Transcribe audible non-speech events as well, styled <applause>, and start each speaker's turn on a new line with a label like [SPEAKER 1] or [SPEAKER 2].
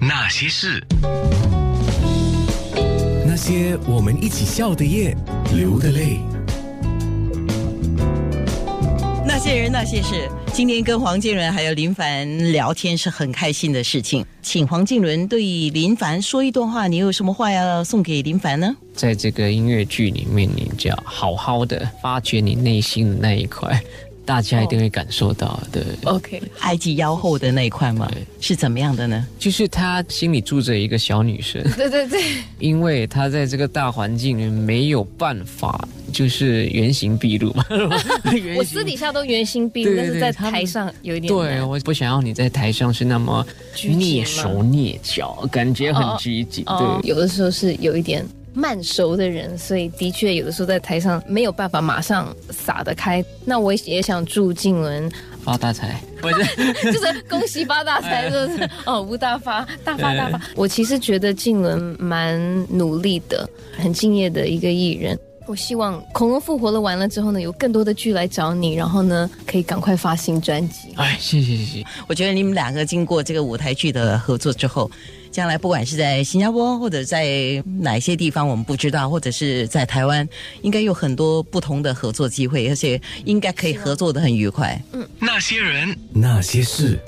[SPEAKER 1] 那些事，
[SPEAKER 2] 那些我们一起笑的夜，流的泪。
[SPEAKER 3] 那些人那些事，今天跟黄静伦还有林凡聊天是很开心的事情。请黄静伦对林凡说一段话，你有什么话要送给林凡呢？
[SPEAKER 4] 在这个音乐剧里面，你就要好好的发掘你内心的那一块，大家一定会感受到的。哦
[SPEAKER 5] OK，
[SPEAKER 3] 埃及妖后的那一块吗
[SPEAKER 4] 对？
[SPEAKER 3] 是怎么样的呢？
[SPEAKER 4] 就是他心里住着一个小女生， <laughs>
[SPEAKER 5] 对对对，
[SPEAKER 4] 因为他在这个大环境里没有办法，就是原形毕露
[SPEAKER 5] <laughs>
[SPEAKER 4] 嘛。
[SPEAKER 5] 我私底下都原形毕
[SPEAKER 4] 对
[SPEAKER 5] 露，
[SPEAKER 4] 对
[SPEAKER 5] 但是
[SPEAKER 4] 对
[SPEAKER 5] 在
[SPEAKER 4] 他们
[SPEAKER 5] 台上有一点
[SPEAKER 4] 对，
[SPEAKER 5] 难
[SPEAKER 4] 我不想要你在台上是那么
[SPEAKER 5] 拘谨
[SPEAKER 4] 蹑
[SPEAKER 5] 吗
[SPEAKER 4] 手蹑脚，感觉很拘谨。
[SPEAKER 5] 哦，
[SPEAKER 4] 对，
[SPEAKER 5] 有的时候是有一点慢熟的人，所以的确有的时候在台上没有办法马上撒得开。那我也想祝静文， <laughs>
[SPEAKER 4] 发大财，不是。
[SPEAKER 5] 就是恭喜发大
[SPEAKER 4] 哎
[SPEAKER 5] 财，就是 <laughs> 哦吴大发大发大发。我其实觉得静文蛮努力的，很敬业的一个艺人。我希望恐龙复活了完了之后呢，有更多的剧来找你，然后呢可以赶快发新专辑。
[SPEAKER 4] <laughs> 哎，谢谢谢谢，
[SPEAKER 3] 我觉得你们两个经过这个舞台剧的合作之后，将来不管是在新加坡或者在哪些地方，我们不知道，或者是在台湾，应该有很多不同的合作机会，而且应该可以合作的很愉快。
[SPEAKER 1] 那些人。
[SPEAKER 2] 那些事。